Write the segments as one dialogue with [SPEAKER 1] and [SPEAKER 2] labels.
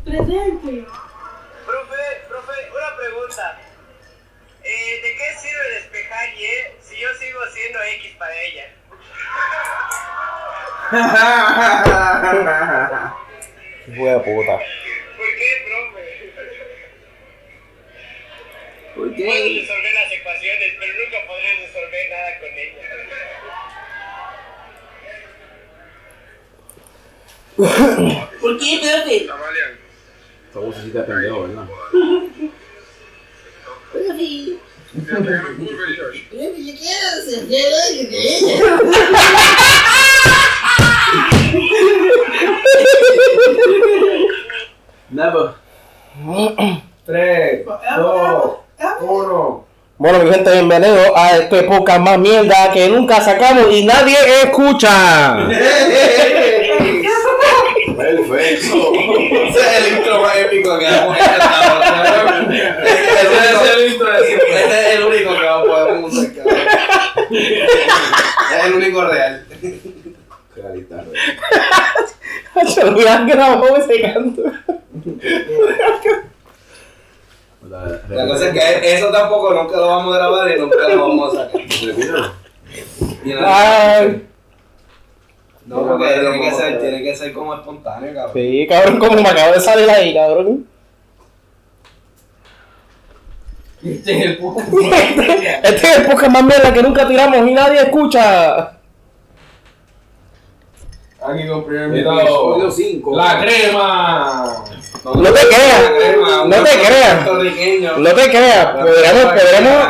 [SPEAKER 1] Eh,
[SPEAKER 2] Hijo de puta.
[SPEAKER 1] ¿Por qué, profe?
[SPEAKER 3] ¿Por
[SPEAKER 1] Pueden
[SPEAKER 3] qué?
[SPEAKER 1] resolver las ecuaciones, pero nunca podrán resolver nada con ellas.
[SPEAKER 3] ¿Por qué, profe?
[SPEAKER 1] Amalia,
[SPEAKER 4] Esta voz sí te pendejo, ¿verdad?
[SPEAKER 3] Profe,
[SPEAKER 1] te atacaron curva, Josh.
[SPEAKER 3] profe, yo quiero ser fiel de ella.
[SPEAKER 4] Never.
[SPEAKER 5] Tres, dos, uno.
[SPEAKER 2] Bueno, mi gente, bienvenidos a este podcast más mierda que nunca sacamos y nadie escucha.
[SPEAKER 6] Perfecto.
[SPEAKER 5] Ese es el intro más épico que vamos a hacer. Ese es el intro de siempre. Este es el único que vamos a poder usar. cabrón. Es el único real.
[SPEAKER 4] Realista.
[SPEAKER 2] Se lo hubieran grabado ese canto.
[SPEAKER 5] La cosa es que eso tampoco nunca lo vamos a grabar y nunca lo vamos a sacar. Y nada.
[SPEAKER 2] Ay,
[SPEAKER 5] No, porque tiene que, ser, tiene que ser como espontáneo, cabrón.
[SPEAKER 2] sí, cabrón, como me acabo de salir ahí, cabrón.
[SPEAKER 5] Este es el puto.
[SPEAKER 2] Este es el podcast más mierda que nunca tiramos y nadie escucha.
[SPEAKER 5] Aquí con primer
[SPEAKER 4] Episodio
[SPEAKER 5] invitado.
[SPEAKER 4] 5.
[SPEAKER 5] La crema.
[SPEAKER 2] No te creas, no te creas. No te creas, podríamos,
[SPEAKER 5] La
[SPEAKER 2] podríamos,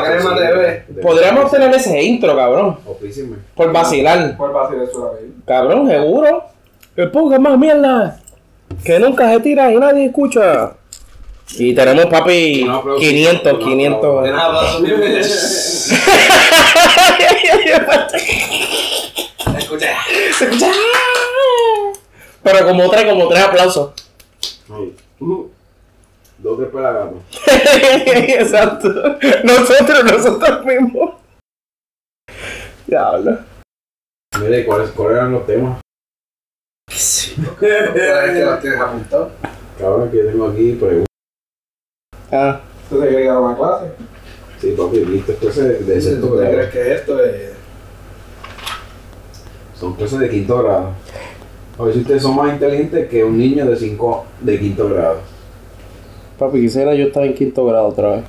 [SPEAKER 5] crema TV.
[SPEAKER 2] podríamos tener ese intro, cabrón.
[SPEAKER 4] Ofíceme.
[SPEAKER 2] Por vacilar.
[SPEAKER 5] ¿Cuál va a ser eso, David?
[SPEAKER 2] Cabrón, seguro. El podcast más mierda. Que nunca se tira y nadie escucha. Y tenemos, papi,
[SPEAKER 4] Un aplauso.
[SPEAKER 2] 500,
[SPEAKER 4] Un
[SPEAKER 2] 500.
[SPEAKER 5] Un aplauso, bienvenidos. Escucha.
[SPEAKER 2] Pero como tres, como tres aplausos.
[SPEAKER 4] Ahí. Dos tres para gato.
[SPEAKER 2] Exacto. Nosotros, nosotros mismos. Diablo.
[SPEAKER 4] Mire, ¿cuáles cuáles eran los temas?
[SPEAKER 5] ¿Sabes que los tienes apuntados?
[SPEAKER 4] Cabrón, que yo tengo aquí preguntas.
[SPEAKER 2] Ah,
[SPEAKER 5] ¿Tú te crees que era una clase?
[SPEAKER 4] Sí, papi, viste clases de sexto
[SPEAKER 5] ¿Tú te
[SPEAKER 4] grado.
[SPEAKER 5] crees que esto es...?
[SPEAKER 4] Son clases de quinto grado. A ver si ustedes son más inteligentes que un niño de cinco de quinto grado.
[SPEAKER 2] papi, quisiera yo estar en quinto grado otra vez.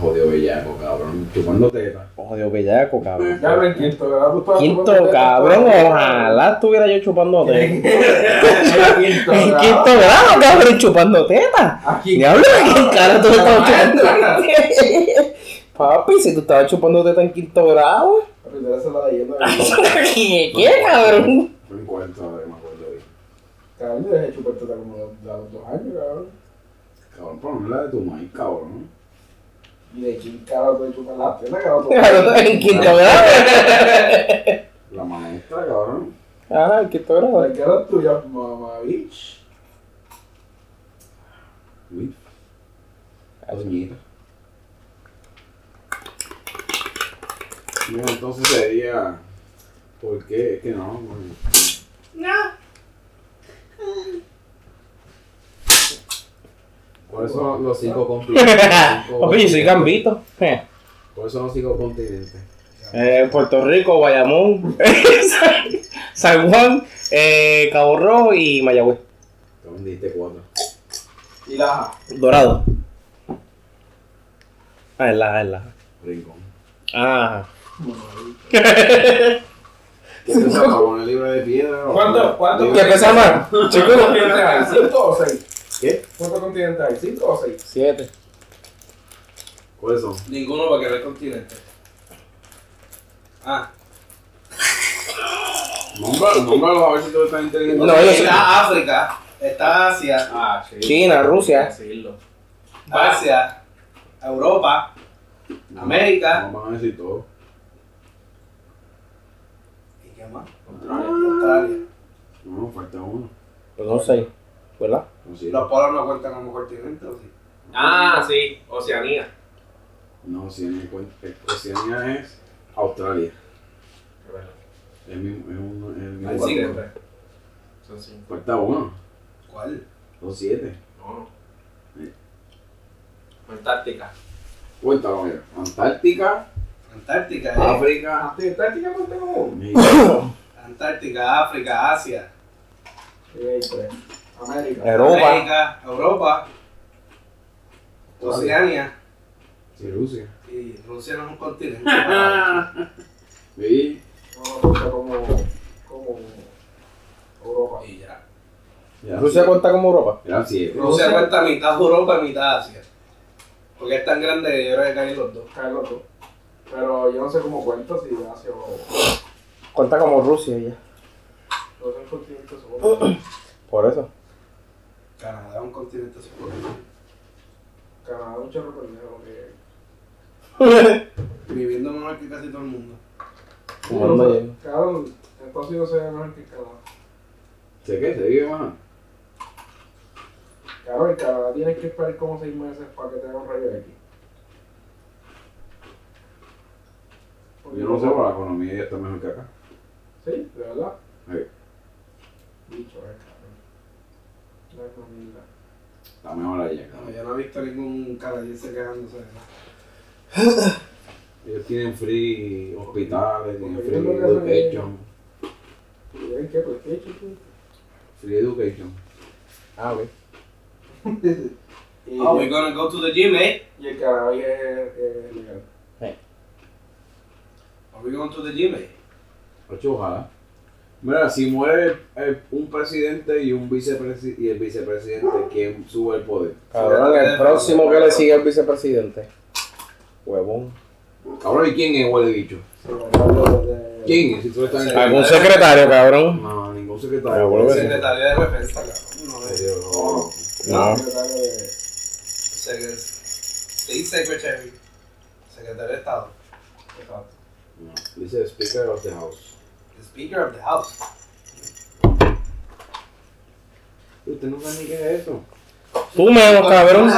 [SPEAKER 4] Jodido bellaco, cabrón. Chupando teta.
[SPEAKER 2] Joder, bellaco, cabrón.
[SPEAKER 5] Ya en quinto grado. tú estás
[SPEAKER 2] Quinto
[SPEAKER 5] tomando-
[SPEAKER 2] cabrón, ojalá estuviera yo chupando teta.
[SPEAKER 5] En quinto
[SPEAKER 2] En
[SPEAKER 5] grado.
[SPEAKER 2] quinto grado, cabrón, chupando teta.
[SPEAKER 5] Aquí.
[SPEAKER 2] Diablo, ¿qué cara tú estabas chupando
[SPEAKER 5] Maestra.
[SPEAKER 2] teta? Papi, si tú estabas chupando teta en quinto grado.
[SPEAKER 5] Pero te haces la leyenda.
[SPEAKER 2] ¿Qué, cabrón?
[SPEAKER 4] No encuentro, a ver, me acuerdo bien.
[SPEAKER 5] Cabrón, yo dejé chupar teta como a los dos años, cabrón.
[SPEAKER 4] Cabrón, ponme la de tu maíz, cabrón.
[SPEAKER 5] ¿Y de quién carajo te chupas la teta, cabrón?
[SPEAKER 2] Cabrón, En quinto grado.
[SPEAKER 4] La maestra, cabrón.
[SPEAKER 2] Ajá, en quinto grado.
[SPEAKER 5] La cara tuya, mamá, bitch.
[SPEAKER 4] Uy. Doñita. Bueno, entonces sería. ¿Por qué? Es que no. bueno. ¿Cuáles son los cinco continentes? Cinco-
[SPEAKER 2] Papi, yo soy gambito. Eh.
[SPEAKER 4] ¿Cuáles son los cinco continentes?
[SPEAKER 2] Eh, Puerto Rico, Bayamón, San Juan, eh, Cabo Rojo y Mayagüez.
[SPEAKER 4] También dijiste cuatro.
[SPEAKER 5] Y la...
[SPEAKER 2] Dorado. Ah, es la, es la.
[SPEAKER 4] Rincón.
[SPEAKER 2] Ah.
[SPEAKER 4] ¿Qué pesa más? ¿Una libra de piedra? o
[SPEAKER 5] ¿Cuánto-
[SPEAKER 4] una
[SPEAKER 5] cuánto
[SPEAKER 4] libra
[SPEAKER 2] ¿Qué
[SPEAKER 4] de-
[SPEAKER 2] pesa más?
[SPEAKER 5] ¿Cuántos continentes hay? ¿Cinco o seis?
[SPEAKER 4] ¿Qué?
[SPEAKER 5] ¿Cuántos continentes hay? ¿Cinco o seis?
[SPEAKER 2] Siete.
[SPEAKER 4] ¿Cuáles son?
[SPEAKER 5] Ninguno porque no hay continente. Ah,
[SPEAKER 4] Nómbralo, nómbralo a ver si tú estás inteligente.
[SPEAKER 2] No,
[SPEAKER 7] Eh,
[SPEAKER 2] yo soy-
[SPEAKER 5] está África, está Asia,
[SPEAKER 4] Ah, sí.
[SPEAKER 2] China, Rusia.
[SPEAKER 5] decirlo. Asia, Europa,
[SPEAKER 4] No,
[SPEAKER 5] América.
[SPEAKER 4] No van a decir todo.
[SPEAKER 5] ¿y qué más? Ah. Australia.
[SPEAKER 4] No, falta uno.
[SPEAKER 2] Pues no sé. ¿Verdad?
[SPEAKER 4] No sirve.
[SPEAKER 5] Los polos no cuentan como continente, ¿o sí?
[SPEAKER 8] Ah, sí, Oceanía.
[SPEAKER 4] No, Oceanía, cuen- eh, Oceanía es Australia. Es, mismo, es, un, es el mismo
[SPEAKER 5] Hay
[SPEAKER 4] patrón.
[SPEAKER 5] cinco.
[SPEAKER 8] Son cinco.
[SPEAKER 4] Falta uno.
[SPEAKER 5] ¿Cuál?
[SPEAKER 4] Son siete.
[SPEAKER 8] No. Antártica.
[SPEAKER 4] Cuéntalo, mira. Antártica,
[SPEAKER 5] Antártica, ¿eh?
[SPEAKER 4] África.
[SPEAKER 5] Antártica cuenta como. Ah.
[SPEAKER 4] México.
[SPEAKER 7] Antártica, África, Asia,
[SPEAKER 5] América.
[SPEAKER 2] Europa.
[SPEAKER 7] América,
[SPEAKER 5] Ah,
[SPEAKER 7] Europa, Oceania
[SPEAKER 4] Sí, Rusia.
[SPEAKER 7] y Rusia no es un continente. para-
[SPEAKER 4] Sí.
[SPEAKER 5] No, no, como, como Europa.
[SPEAKER 7] y ya.
[SPEAKER 4] Ya,
[SPEAKER 2] Rusia
[SPEAKER 4] sí.
[SPEAKER 2] cuenta como Europa.
[SPEAKER 4] Eran siete.
[SPEAKER 7] Rusia cuenta mitad Europa y mitad Asia. Porque es tan grande que yo creo que caen los dos.
[SPEAKER 5] Cae loco. Pero yo no sé cómo cuenta si hacia o.
[SPEAKER 2] Cuenta como Rusia ya.
[SPEAKER 5] No sé continentes o
[SPEAKER 2] Por eso.
[SPEAKER 7] Canadá es un continente seguro.
[SPEAKER 5] Canadá, un chorro pendejo que.
[SPEAKER 7] Viviendo mejor que casi todo el mundo.
[SPEAKER 2] Como anda yendo.
[SPEAKER 5] Cabrón, Estados Unidos se ve mejor que Canadá.
[SPEAKER 4] ¿Se qué? ¿Se vive más?
[SPEAKER 5] Cabrón, en Canadá tienes que esperar como seis meses para que te haga un rayo X. Porque
[SPEAKER 4] Yo no sé, pero la economía ya está mejor que acá.
[SPEAKER 5] Sí, de verdad.
[SPEAKER 4] Sí.
[SPEAKER 5] Bicho, eh, cabrón. No es una mierda.
[SPEAKER 4] Está mejor allá.
[SPEAKER 7] No, yo no he visto ningún canadiense quejándose de eso.
[SPEAKER 4] Ellos tienen free hospitales, tienen
[SPEAKER 5] Porque
[SPEAKER 4] free
[SPEAKER 5] yo creo que eso
[SPEAKER 4] education.
[SPEAKER 5] ¿Y en qué? ¿PlayStation? tú?
[SPEAKER 4] Free education.
[SPEAKER 2] Ah, ok.
[SPEAKER 5] Y,
[SPEAKER 7] Oh, we're gonna go to the gym, eh?
[SPEAKER 5] y el cannabis es, es legal.
[SPEAKER 7] Are we going to the gym, eh?
[SPEAKER 4] Ocho, ojalá. Mira, si muere eh, un presidente y un vicepresidente, y el vicepresidente, ¿quién sube el poder?
[SPEAKER 2] Cabrón, el próximo que le sigue al vicepresidente. Huevón.
[SPEAKER 4] Cabrón, ¿y quién es huele bicho?
[SPEAKER 5] Se lo hablo desde-
[SPEAKER 4] ¿Quién es? Si tú estás en
[SPEAKER 2] Algún secretario, cabrón.
[SPEAKER 4] No, ningún
[SPEAKER 2] Me
[SPEAKER 4] secretario.
[SPEAKER 2] vuelve
[SPEAKER 4] Ese-
[SPEAKER 7] Secretario de Defensa, cabrón. No, eh.
[SPEAKER 4] No,
[SPEAKER 2] No.
[SPEAKER 5] secretario de-
[SPEAKER 7] Sec- State Secretary. Secretario de Estado. Exacto.
[SPEAKER 4] no. Dice Speaker of the House.
[SPEAKER 7] The Speaker of the House.
[SPEAKER 4] Usted no sabe ni qué es eso.
[SPEAKER 2] Tú menos, cabrón.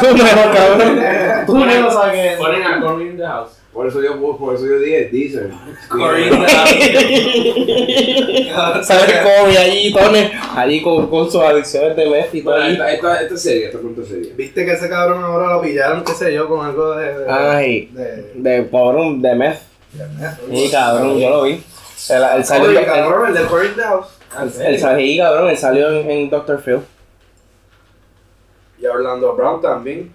[SPEAKER 2] Tú menos, cabrón. Tú menos.
[SPEAKER 5] Ponen a Corbin de House.
[SPEAKER 4] Por eso yo, por eso yo dije, dice.
[SPEAKER 7] Corinne de
[SPEAKER 2] Sale Kobe allí, Tony. Allí con, con sus adicciones de Messi. todo
[SPEAKER 4] Bueno,
[SPEAKER 2] allí.
[SPEAKER 4] esta, esta, esta serie, esta pregunta seria.
[SPEAKER 7] Viste que ese cabrón ahora lo pillaron, qué sé yo, con algo de. de
[SPEAKER 2] Ay,
[SPEAKER 7] de,
[SPEAKER 2] de cabrón, de Messi. Sí, cabrón, yo lo vi. El, el salió,
[SPEAKER 7] Oye,
[SPEAKER 2] el,
[SPEAKER 7] cabrón, el de Corinne de House.
[SPEAKER 2] el, sí, cabrón, él salió en, en Doctor Phil.
[SPEAKER 7] Y Orlando Brown también.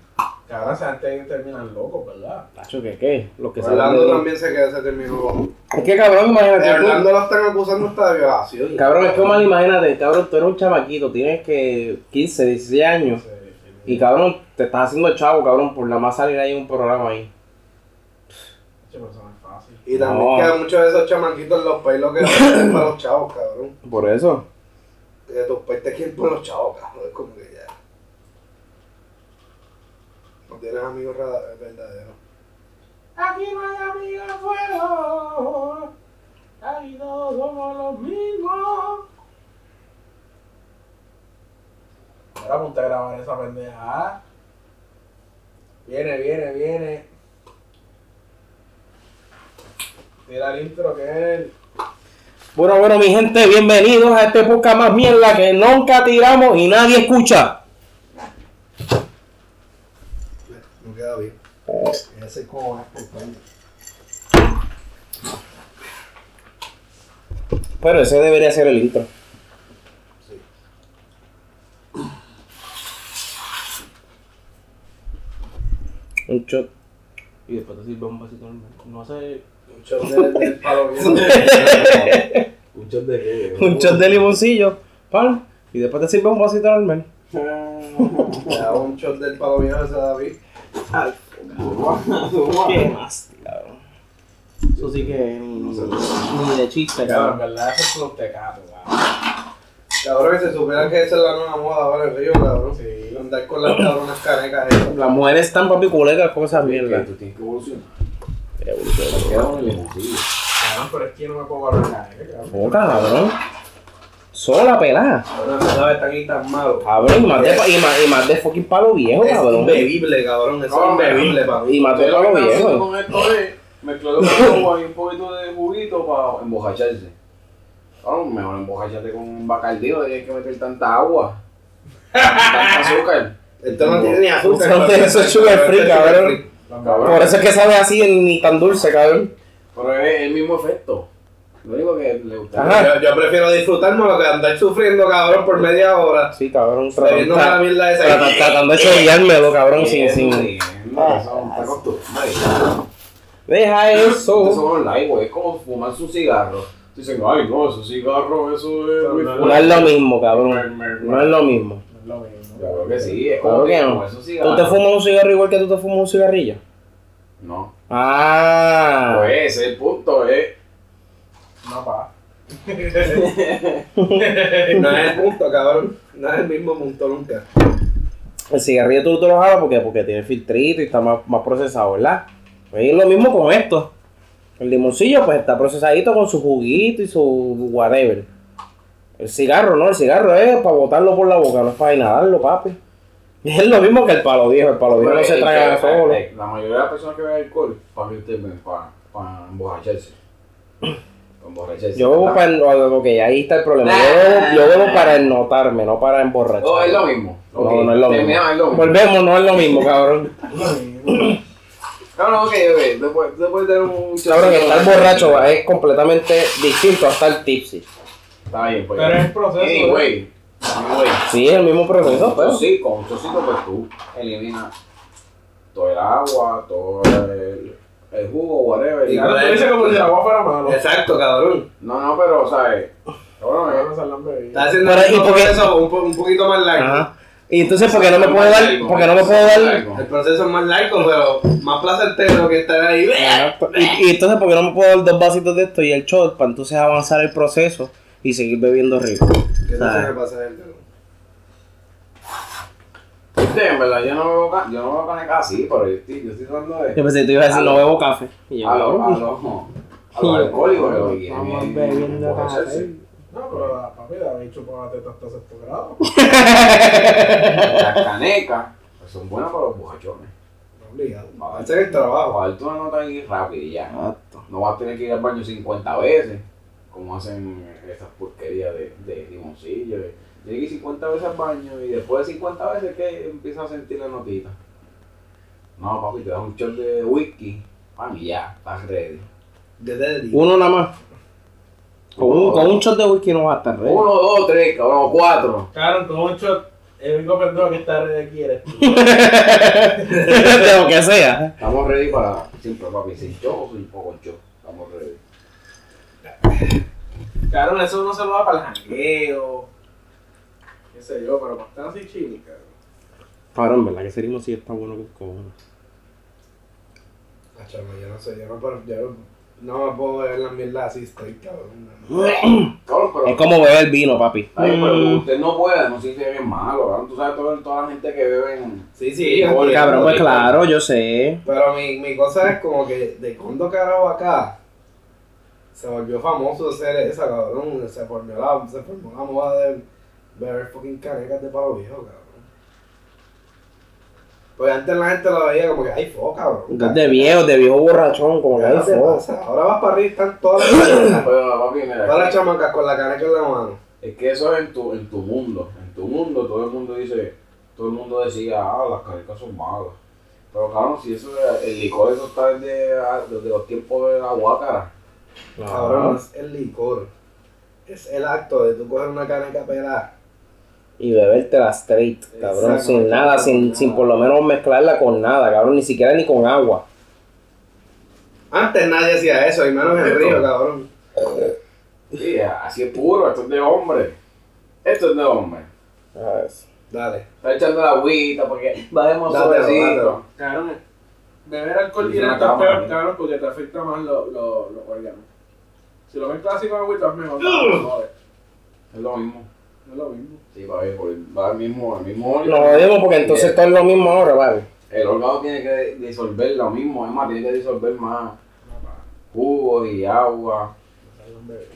[SPEAKER 5] Cabrón, esa gente termina loco, ¿verdad?
[SPEAKER 2] Tacho, ¿qué qué? Los que salen
[SPEAKER 7] Orlando
[SPEAKER 2] de...
[SPEAKER 7] también se queda, se terminó.
[SPEAKER 2] Es que cabrón, imagínate tú.
[SPEAKER 7] Orlando lo están acusando hasta de violación.
[SPEAKER 2] Cabrón, es que mal imagínate, cabrón, tú eres un chamaquito, tienes que 15, 16 años. Y cabrón, te estás haciendo chavo, cabrón, por la más salir ahí en un programa ahí.
[SPEAKER 7] Y también
[SPEAKER 2] No.
[SPEAKER 7] quedan muchos de esos chamanquitos en los países lo que hacen para los chavos, cabrón.
[SPEAKER 2] Por eso.
[SPEAKER 7] De tus países te quieren por los chavos, cabrón. Es como que ya. No tienes amigos ra- verdaderos.
[SPEAKER 5] Aquí no hay amigos fuego. Aquí todos somos los mismos. Ahora apunta a grabar esa pendeja. Viene, viene, viene. Tira el intro que es el.
[SPEAKER 2] Bueno, bueno, mi gente, bienvenidos a este podcast más mierda que nunca tiramos y nadie escucha.
[SPEAKER 7] No queda bien. Ya sé cómo vas contando.
[SPEAKER 2] Pero ese debería ser el intro. Un shot. Y después te sirve un vasito. No hace.
[SPEAKER 7] Muchos de- del palo viejo.
[SPEAKER 4] ¿Un shot de qué?
[SPEAKER 2] un shot de limoncillo, pan, y después te sirve un vasito normal.
[SPEAKER 7] Le daba un shot del palo viejo a ese David.
[SPEAKER 2] ¿Qué más, cabrón? Eso sí que ni, ni de chiste,
[SPEAKER 5] Claro, en
[SPEAKER 2] cabrón.
[SPEAKER 5] verdad eso es un tecato,
[SPEAKER 7] Cabrón, que se supieran que esa es la nueva moda ahora en el río, cabrón.
[SPEAKER 5] Sí.
[SPEAKER 7] Andar con las cabronas canecas esas.
[SPEAKER 2] Las mujeres están papi culetas con esas
[SPEAKER 4] Que
[SPEAKER 2] mierdas.
[SPEAKER 4] Tú tienes que evolucionar.
[SPEAKER 5] Cabrón, pero es que no me puedo arreglar, ¿eh, cabrón.
[SPEAKER 2] No, Oh, cabrón. Sola pelada.
[SPEAKER 7] Ahora no sabes tan y tan malo.
[SPEAKER 2] Cabrón, y más, de, y, más, y más de fucking palo viejo,
[SPEAKER 7] Es
[SPEAKER 2] cabrón.
[SPEAKER 7] imbebible, cabrón. Eso es imbebible para mí.
[SPEAKER 2] Y más de
[SPEAKER 4] Pero
[SPEAKER 2] palo
[SPEAKER 4] lo que están
[SPEAKER 2] viejo.
[SPEAKER 4] haciendo con esto es mezclarlo con agua y un poquito de juguito para embojacharse. Claro, mejor embojacharte con un bacardío, tienes que meter tanta agua, tanta azúcar.
[SPEAKER 7] Esto no tiene ni azúcar.
[SPEAKER 2] Eso
[SPEAKER 7] cabrón.
[SPEAKER 2] es sugar
[SPEAKER 7] Esto es
[SPEAKER 2] free,
[SPEAKER 7] sugar
[SPEAKER 2] cabrón.
[SPEAKER 7] free.
[SPEAKER 4] Cabrón,
[SPEAKER 2] Por eso es que sabe así ni tan dulce, cabrón.
[SPEAKER 4] pero es el mismo efecto. Lo único que le gusta.
[SPEAKER 2] Ajá.
[SPEAKER 7] Yo, yo prefiero disfrutármelo que andar sufriendo, cabrón, por media hora.
[SPEAKER 2] Sí, cabrón.
[SPEAKER 7] Bebiendo
[SPEAKER 2] tra-
[SPEAKER 7] una mierda esa.
[SPEAKER 2] tra- Tratando de chorreármelo, cabrón, sin, sin. Ah,
[SPEAKER 4] Está acostumbrado.
[SPEAKER 2] Deja
[SPEAKER 4] Eso
[SPEAKER 2] eso.
[SPEAKER 4] son online, güey. Es como fumarse un cigarro. Tú Dicen, ay, no, esos cigarros, eso es muy
[SPEAKER 2] No es
[SPEAKER 4] fuerte.
[SPEAKER 2] lo mismo, cabrón. No es lo mismo.
[SPEAKER 5] No es lo mismo.
[SPEAKER 4] Yo creo que sí, es
[SPEAKER 2] Claro
[SPEAKER 4] como
[SPEAKER 2] que
[SPEAKER 4] que
[SPEAKER 2] no.
[SPEAKER 4] como esos
[SPEAKER 2] ¿Tú te
[SPEAKER 4] cigarros.
[SPEAKER 2] fumas un cigarro igual que tú te fumas un cigarrillo?
[SPEAKER 4] No,
[SPEAKER 2] Ah.
[SPEAKER 4] pues ese es el punto, eh.
[SPEAKER 5] No, pa.
[SPEAKER 7] No es el punto, cabrón. No es el mismo punto nunca.
[SPEAKER 2] El cigarrillo tú te lo jalas porque, porque tiene filtrito y está más, más procesado, ¿verdad? Pues es lo mismo con esto. El limoncillo pues está procesadito con su juguito y su whatever. El cigarro, ¿no? El cigarro es para botarlo por la boca, no es para inhalarlo, papi. Es lo mismo que el palo viejo, el palo viejo
[SPEAKER 4] Pero
[SPEAKER 2] no se
[SPEAKER 4] es
[SPEAKER 2] traga
[SPEAKER 4] que,
[SPEAKER 2] solo.
[SPEAKER 4] Pues, eh, La mayoría de las personas que beben alcohol, para mí ustedes para, para emborracharse. Para emborracharse.
[SPEAKER 2] Yo bebo
[SPEAKER 4] ¿verdad?
[SPEAKER 2] para... en- Ok, ahí está el problema. Yo bebo, yo bebo para ennotarme, no para emborracharme.
[SPEAKER 4] Ah. No, es lo mismo.
[SPEAKER 2] No, no es lo mismo.
[SPEAKER 4] Terminamos, es lo mismo.
[SPEAKER 2] Volvemos, no es lo mismo, cabrón.
[SPEAKER 4] No, no, ok, ok. Después, después de un
[SPEAKER 2] Cabrón, estar borracho eh. es completamente distinto a estar tipsy.
[SPEAKER 4] Está bien, pues.
[SPEAKER 5] Pero es el proceso,
[SPEAKER 4] Ey,
[SPEAKER 5] ¿eh?
[SPEAKER 4] güey. Anyway.
[SPEAKER 2] Sí, es el mismo pues. proceso,
[SPEAKER 4] Con
[SPEAKER 2] pero...
[SPEAKER 4] un chocito, con un chocito, pues tú eliminas todo el agua, todo el, el jugo, whatever.
[SPEAKER 7] Y
[SPEAKER 5] Ya no
[SPEAKER 7] con
[SPEAKER 5] te
[SPEAKER 7] el-
[SPEAKER 5] dice como si el agua fuera malo.
[SPEAKER 7] Exacto, cabrón.
[SPEAKER 4] No, no, pero, ¿sabes? Cabrón,
[SPEAKER 5] Ahora
[SPEAKER 4] eh,
[SPEAKER 5] no salen bebidas.
[SPEAKER 7] Está haciendo
[SPEAKER 2] Pero, ¿y
[SPEAKER 7] el
[SPEAKER 2] por qué?
[SPEAKER 7] proceso un, po- un poquito más largo.
[SPEAKER 2] Ajá. Y entonces, ¿por qué no me puedo dar? ¿Por qué no me puedo dar?
[SPEAKER 7] El proceso es más largo, pero más placentero que estar ahí.
[SPEAKER 2] Y, y entonces, ¿por qué no me puedo dar dos vasitos de esto y el shot para entonces avanzar el proceso y seguir bebiendo rico?
[SPEAKER 7] ¿Qué
[SPEAKER 2] Sabe.
[SPEAKER 7] te que pasa gente?
[SPEAKER 4] Viste, en verdad, yo no veo ca- yo no veo caneca así, pero yo estoy, yo estoy tratando de.
[SPEAKER 2] Yo pensé que te iba a decir, no bebo café. Y yo,
[SPEAKER 4] A los a
[SPEAKER 2] cabrón,
[SPEAKER 4] los- a los alcohólicos, lo que quieren
[SPEAKER 2] Vamos
[SPEAKER 4] es
[SPEAKER 2] bebiendo
[SPEAKER 4] emborracharse.
[SPEAKER 2] café.
[SPEAKER 5] No, pero la papi la habéis chupado la teta hasta sexto grado.
[SPEAKER 4] Las canecas pues, son buenas para los borrachones.
[SPEAKER 5] No, obligado.
[SPEAKER 4] Para
[SPEAKER 7] Ese es el trabajo.
[SPEAKER 4] darte una nota ahí rápido y ya.
[SPEAKER 2] Exacto.
[SPEAKER 4] No vas a tener que ir al baño 50 veces, como hacen esas porquerías de, de limoncillo. de- Tienes que ir 50 veces al baño y después de 50 veces que empiezas a sentir la notita. No, papi, te das un shot de whisky, pam, y ya, estás ready.
[SPEAKER 7] Yo te digo.
[SPEAKER 2] Uno nada más. Con un, con un shot de whisky no vas a estar rey.
[SPEAKER 4] Uno, dos, tres, cabrón, cuatro.
[SPEAKER 5] Claro, con un shot, el único pendejo que está ready aquí eres tú.
[SPEAKER 2] de lo que sea.
[SPEAKER 4] Estamos ready para siempre, papi. Sin yo o sin poco yo. Estamos ready.
[SPEAKER 5] Claro, eso no se lo da para el jangueo. Qué sé yo, pero para estar así chili, cabrón.
[SPEAKER 2] Cabrón, en verdad que ese limo sí está bueno con cojones.
[SPEAKER 7] Ah, chamo, yo no sé, yo no, puedo- yo no me puedo ver las mierdas así, estoy cabrón.
[SPEAKER 4] Cabrón, pero.
[SPEAKER 2] Es como beber vino, papi.
[SPEAKER 4] Está bien, pero
[SPEAKER 2] Mm.
[SPEAKER 4] usted no puede, no sé si es malo, cabrón. Tú sabes todo- toda la gente que bebe en.
[SPEAKER 7] Sí, sí, yo
[SPEAKER 4] Cabrón,
[SPEAKER 7] entiendo,
[SPEAKER 2] Cabrón, pues
[SPEAKER 7] pero-
[SPEAKER 2] claro, yo sé.
[SPEAKER 7] Pero mi, mi cosa es como que de cuando carajo acá se volvió famoso hacer esa, cabrón. Se formó la, se formó la moda de beber fucking canecas de palo viejo, cabrón. Pues antes la gente lo veía como que, ay, fo, cabrón.
[SPEAKER 2] De viejo, de viejo borrachón, como que
[SPEAKER 7] Ahora
[SPEAKER 2] hay
[SPEAKER 7] te pasa. Ahora vas para arriba y están todas las,
[SPEAKER 4] Pero, papi, mira,
[SPEAKER 7] todas
[SPEAKER 4] es
[SPEAKER 7] las
[SPEAKER 4] que-
[SPEAKER 7] chamacas con la caneca en la mano.
[SPEAKER 4] es que eso es en tu, en tu mundo. En tu mundo, todo el mundo dice. Todo el mundo decía, ah, las caricas son malas. Pero, cabrón, si eso era- el licor, eso está desde, ah, desde los tiempos de la guácara.
[SPEAKER 7] Cabrón, no es el licor. Es el acto de tú coger una caneca pelada.
[SPEAKER 2] Y bebértela straight, cabrón,
[SPEAKER 7] Exacto.
[SPEAKER 2] sin nada, sin, sin por lo menos mezclarla con nada, cabrón, ni siquiera ni con agua.
[SPEAKER 7] Antes nadie hacía eso, y menos en el río, cabrón.
[SPEAKER 4] Sí, así es puro, esto es de hombre. Esto es de hombre.
[SPEAKER 7] Dale.
[SPEAKER 4] Está echando la agüita porque bajemos
[SPEAKER 7] Dátelo,
[SPEAKER 4] suavecito.
[SPEAKER 7] dátelo.
[SPEAKER 5] Cabrón, beber alcohol
[SPEAKER 4] Sí, es
[SPEAKER 5] directo
[SPEAKER 4] una
[SPEAKER 5] es
[SPEAKER 4] cámara,
[SPEAKER 5] peor,
[SPEAKER 4] ¿eh?
[SPEAKER 5] cabrón, porque te afecta más los lo, los órganos. Si lo mezclas así con agüita es mejor, cabrón, joder.
[SPEAKER 4] Es lo mismo.
[SPEAKER 5] No es lo mismo.
[SPEAKER 4] Sí, va a ir por el, va al mismo, al mismo
[SPEAKER 2] No lo digo porque entonces
[SPEAKER 4] Bien.
[SPEAKER 2] todo es lo mismo ahora, vale.
[SPEAKER 4] El órgano tiene que disolver lo mismo, es más, tiene que disolver más
[SPEAKER 5] No, pa,
[SPEAKER 4] jugos y agua.
[SPEAKER 5] no salgan bebidas.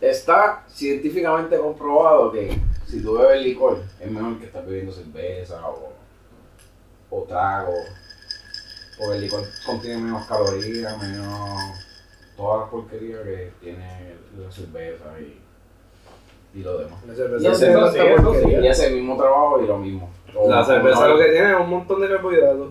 [SPEAKER 4] Está científicamente comprobado que si tú bebes licor, es mejor que estar bebiendo cerveza o, o trago. Porque el licor contiene menos calorías, menos todas las porquerías que tiene la cerveza y, y lo demás.
[SPEAKER 7] La
[SPEAKER 4] Y
[SPEAKER 7] cerveza
[SPEAKER 4] hace,
[SPEAKER 7] tiene
[SPEAKER 5] eso
[SPEAKER 7] esta
[SPEAKER 5] sí, eso
[SPEAKER 7] porquería.
[SPEAKER 4] y hace el mismo trabajo y lo mismo.
[SPEAKER 7] Oh, La cerveza lo que tiene es un montón de carbohidratos.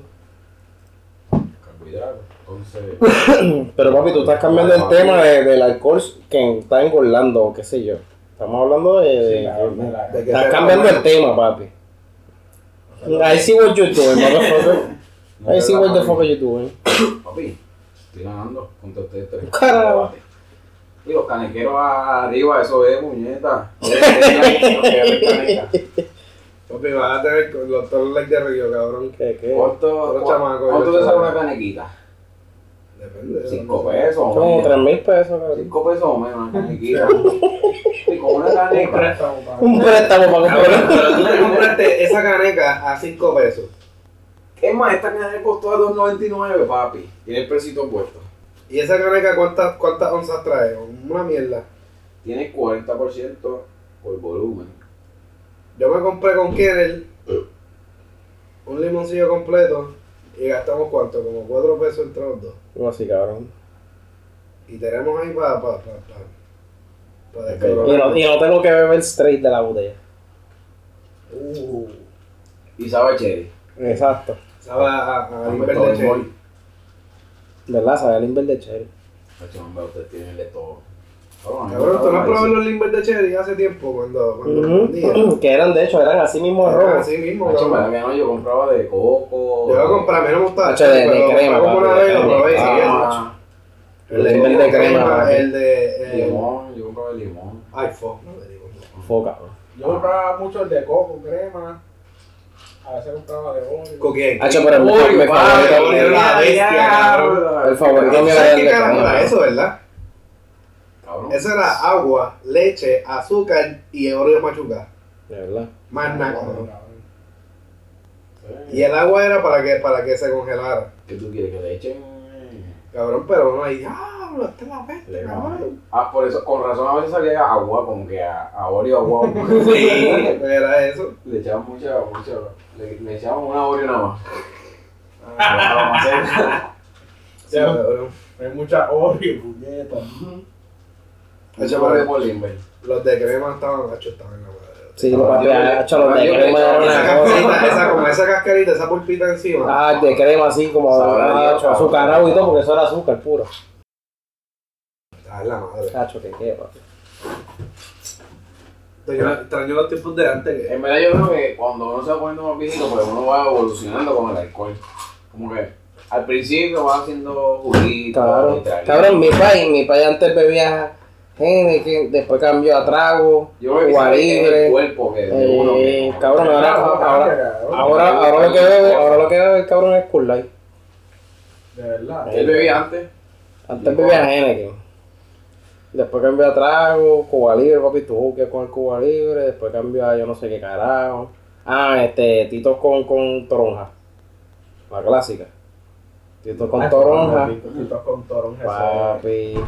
[SPEAKER 4] cuidado. Entonces,
[SPEAKER 2] Pero papi, tú estás cambiando el tema de- del alcohol que está engordando o qué sé yo. Estamos hablando de... de-
[SPEAKER 4] sí, cabrón, mira,
[SPEAKER 7] De que
[SPEAKER 2] estás
[SPEAKER 7] se-
[SPEAKER 2] cambiando el tema, papi. I see what you're doing, motherfucker.
[SPEAKER 4] no
[SPEAKER 2] I
[SPEAKER 4] te
[SPEAKER 2] see
[SPEAKER 4] da
[SPEAKER 2] what the
[SPEAKER 4] la-
[SPEAKER 2] fuck you're doing.
[SPEAKER 4] Papi, estoy ganando contra ustedes tres.
[SPEAKER 2] Carajo.
[SPEAKER 4] Y los canequeros arriba, ah, eso es, puñeta. Los canequeros.
[SPEAKER 7] Papi, vas a tener con los todos likes de Río, cabrón.
[SPEAKER 2] ¿Qué, qué?
[SPEAKER 4] ¿Cuánto,
[SPEAKER 7] Los chamacos,
[SPEAKER 4] ¿Cuánto
[SPEAKER 7] los
[SPEAKER 4] te sale
[SPEAKER 7] chamacos.
[SPEAKER 4] una canequita?
[SPEAKER 7] Depende.
[SPEAKER 4] Cinco pesos.
[SPEAKER 2] Como
[SPEAKER 4] hombre.
[SPEAKER 2] 3 mil pesos, cabrón.
[SPEAKER 4] Cinco pesos o menos una canequita. Y con una caneca.
[SPEAKER 2] Un préstamo para
[SPEAKER 7] Cabrón,
[SPEAKER 2] comprar.
[SPEAKER 7] pero tú te compraste esa caneca a 5 pesos.
[SPEAKER 4] Es más, esta caneca costó a 2.99, papi. Tiene el precito puesto.
[SPEAKER 7] ¿Y esa caneca cuántas, cuántas onzas trae? Una mierda.
[SPEAKER 4] Tiene 40% por volumen.
[SPEAKER 7] Yo me compré con Kennel un limoncillo completo y gastamos cuánto, como 4 pesos entre los dos.
[SPEAKER 2] ¿Cómo así, cabrón?
[SPEAKER 7] Y tenemos ahí para pa, pa, pa,
[SPEAKER 2] Y
[SPEAKER 7] pa
[SPEAKER 2] no,
[SPEAKER 7] descargar.
[SPEAKER 2] y no tengo que beber straight de la botella.
[SPEAKER 7] Uh,
[SPEAKER 4] Y sabe chévere.
[SPEAKER 2] Exacto.
[SPEAKER 7] sabe a, a, a
[SPEAKER 4] Hombre,
[SPEAKER 7] Inver
[SPEAKER 4] todo
[SPEAKER 7] de
[SPEAKER 4] el
[SPEAKER 7] Cherry.
[SPEAKER 4] bol.
[SPEAKER 2] ¿Verdad? Sabe el Inver de Cherry.
[SPEAKER 4] Chacho, hombre, ustedes tienen de todo. Cabrón,
[SPEAKER 7] Cabrón, tú no has
[SPEAKER 4] parece.
[SPEAKER 7] probado los Limber de Cherry hace tiempo cuando, cuando los vendía.
[SPEAKER 2] Ujú. Que eran, de hecho, eran así mismo
[SPEAKER 7] Era
[SPEAKER 2] rojos.
[SPEAKER 7] Así mismo,
[SPEAKER 4] Nacho,
[SPEAKER 7] cabrón.
[SPEAKER 4] para mí, no, yo compraba de coco.
[SPEAKER 7] Yo lo compré, a mí no me gustaba.
[SPEAKER 2] Nacho, de- de
[SPEAKER 7] pero
[SPEAKER 2] crema,
[SPEAKER 7] como
[SPEAKER 2] papi,
[SPEAKER 7] una
[SPEAKER 2] de
[SPEAKER 7] vez lo
[SPEAKER 2] crema.
[SPEAKER 7] probé y sí,
[SPEAKER 4] Ah,
[SPEAKER 7] es, El de
[SPEAKER 2] Limber de crema, papi.
[SPEAKER 7] el de... el-
[SPEAKER 4] limón, yo compraba de limón.
[SPEAKER 7] Ay, fuck, no le digo.
[SPEAKER 2] Foca, bro.
[SPEAKER 5] Yo compraba mucho el de coco, crema. A veces compraba de Oreo.
[SPEAKER 7] ¿Con quién? Ah,
[SPEAKER 2] Hacho, pero el
[SPEAKER 4] Uy,
[SPEAKER 2] mi favorito
[SPEAKER 7] Oreo
[SPEAKER 2] mío.
[SPEAKER 7] era-
[SPEAKER 2] El favorito
[SPEAKER 7] ¿Tú
[SPEAKER 2] mío era
[SPEAKER 7] ¿Sabes
[SPEAKER 2] el
[SPEAKER 7] qué
[SPEAKER 2] de
[SPEAKER 7] carajo
[SPEAKER 2] crema.
[SPEAKER 7] era eso, verdad?
[SPEAKER 4] Cabrón.
[SPEAKER 7] Eso era agua, leche, azúcar y Oreo machucado.
[SPEAKER 2] De verdad.
[SPEAKER 7] Más nada. cabrón.
[SPEAKER 5] Cabrón.
[SPEAKER 7] Y el agua era para que, para que se congelara.
[SPEAKER 4] eh, ¿Qué tú quieres que le echen? eh,
[SPEAKER 7] Cabrón, pero no hay diablo, esta es la peste,
[SPEAKER 4] Le-
[SPEAKER 7] cabrón.
[SPEAKER 4] Ah, por eso, con razón a veces salía agua, como que a, a Oreo agua.
[SPEAKER 7] Sí, Pues era eso.
[SPEAKER 4] Le echaban mucha, mucha. Le, le echaban una Oreo nada más. Ah,
[SPEAKER 7] Sí, cabrón.
[SPEAKER 5] Hay mucha Oreo, puñeta.
[SPEAKER 4] le echaban Oreo por Limber.
[SPEAKER 7] Los de crema estaban gachos, estaban en la madre.
[SPEAKER 2] Sí, lo papi,
[SPEAKER 4] yo-
[SPEAKER 2] hacho, los de
[SPEAKER 4] yo-
[SPEAKER 2] crema
[SPEAKER 4] yo-
[SPEAKER 2] eran
[SPEAKER 7] Esa
[SPEAKER 2] una cosa.
[SPEAKER 7] cascarita, esa, como esa cascarita, esa pulpita encima.
[SPEAKER 2] Ah, de crema así como
[SPEAKER 4] Sabrá Dios,
[SPEAKER 2] hacho,
[SPEAKER 4] cabrón.
[SPEAKER 2] azucarado y todo, porque eso era azúcar puro.
[SPEAKER 7] Está en la madre.
[SPEAKER 2] Hacho, que qué, papi.
[SPEAKER 7] Extraño, extraño los tiempos de antes. que-
[SPEAKER 4] En verdad, yo creo que cuando uno se va poniendo más viejito, pues uno va evolucionando con el alcohol. Como que al principio va haciendo juguitos.
[SPEAKER 2] Cabrón,
[SPEAKER 4] y traguitos.
[SPEAKER 2] cabrón, mi país, mi país antes bebía Heineken, después cambió a trago,
[SPEAKER 4] Yo creo que ese es el
[SPEAKER 2] Guaribre.
[SPEAKER 4] cuerpo que de uno que.
[SPEAKER 2] Eh, cabrón, ahora, ahora,
[SPEAKER 5] cabrón.
[SPEAKER 2] ahora, ahora lo que bebe, ahora lo que bebe el cabrón es Cool Light.
[SPEAKER 5] De verdad.
[SPEAKER 4] Él bebía antes.
[SPEAKER 2] Antes bebía Heineken. Después cambió a trago, Cuba Libre, papi, tú que con el Cuba Libre, después cambió a yo no sé qué carajo. Ah, este, Tito con, con toronja. La clásica. Tito con toronja.
[SPEAKER 5] Fritos con toronja. eso
[SPEAKER 2] Papi.
[SPEAKER 5] es-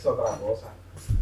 [SPEAKER 5] Es otra cosa.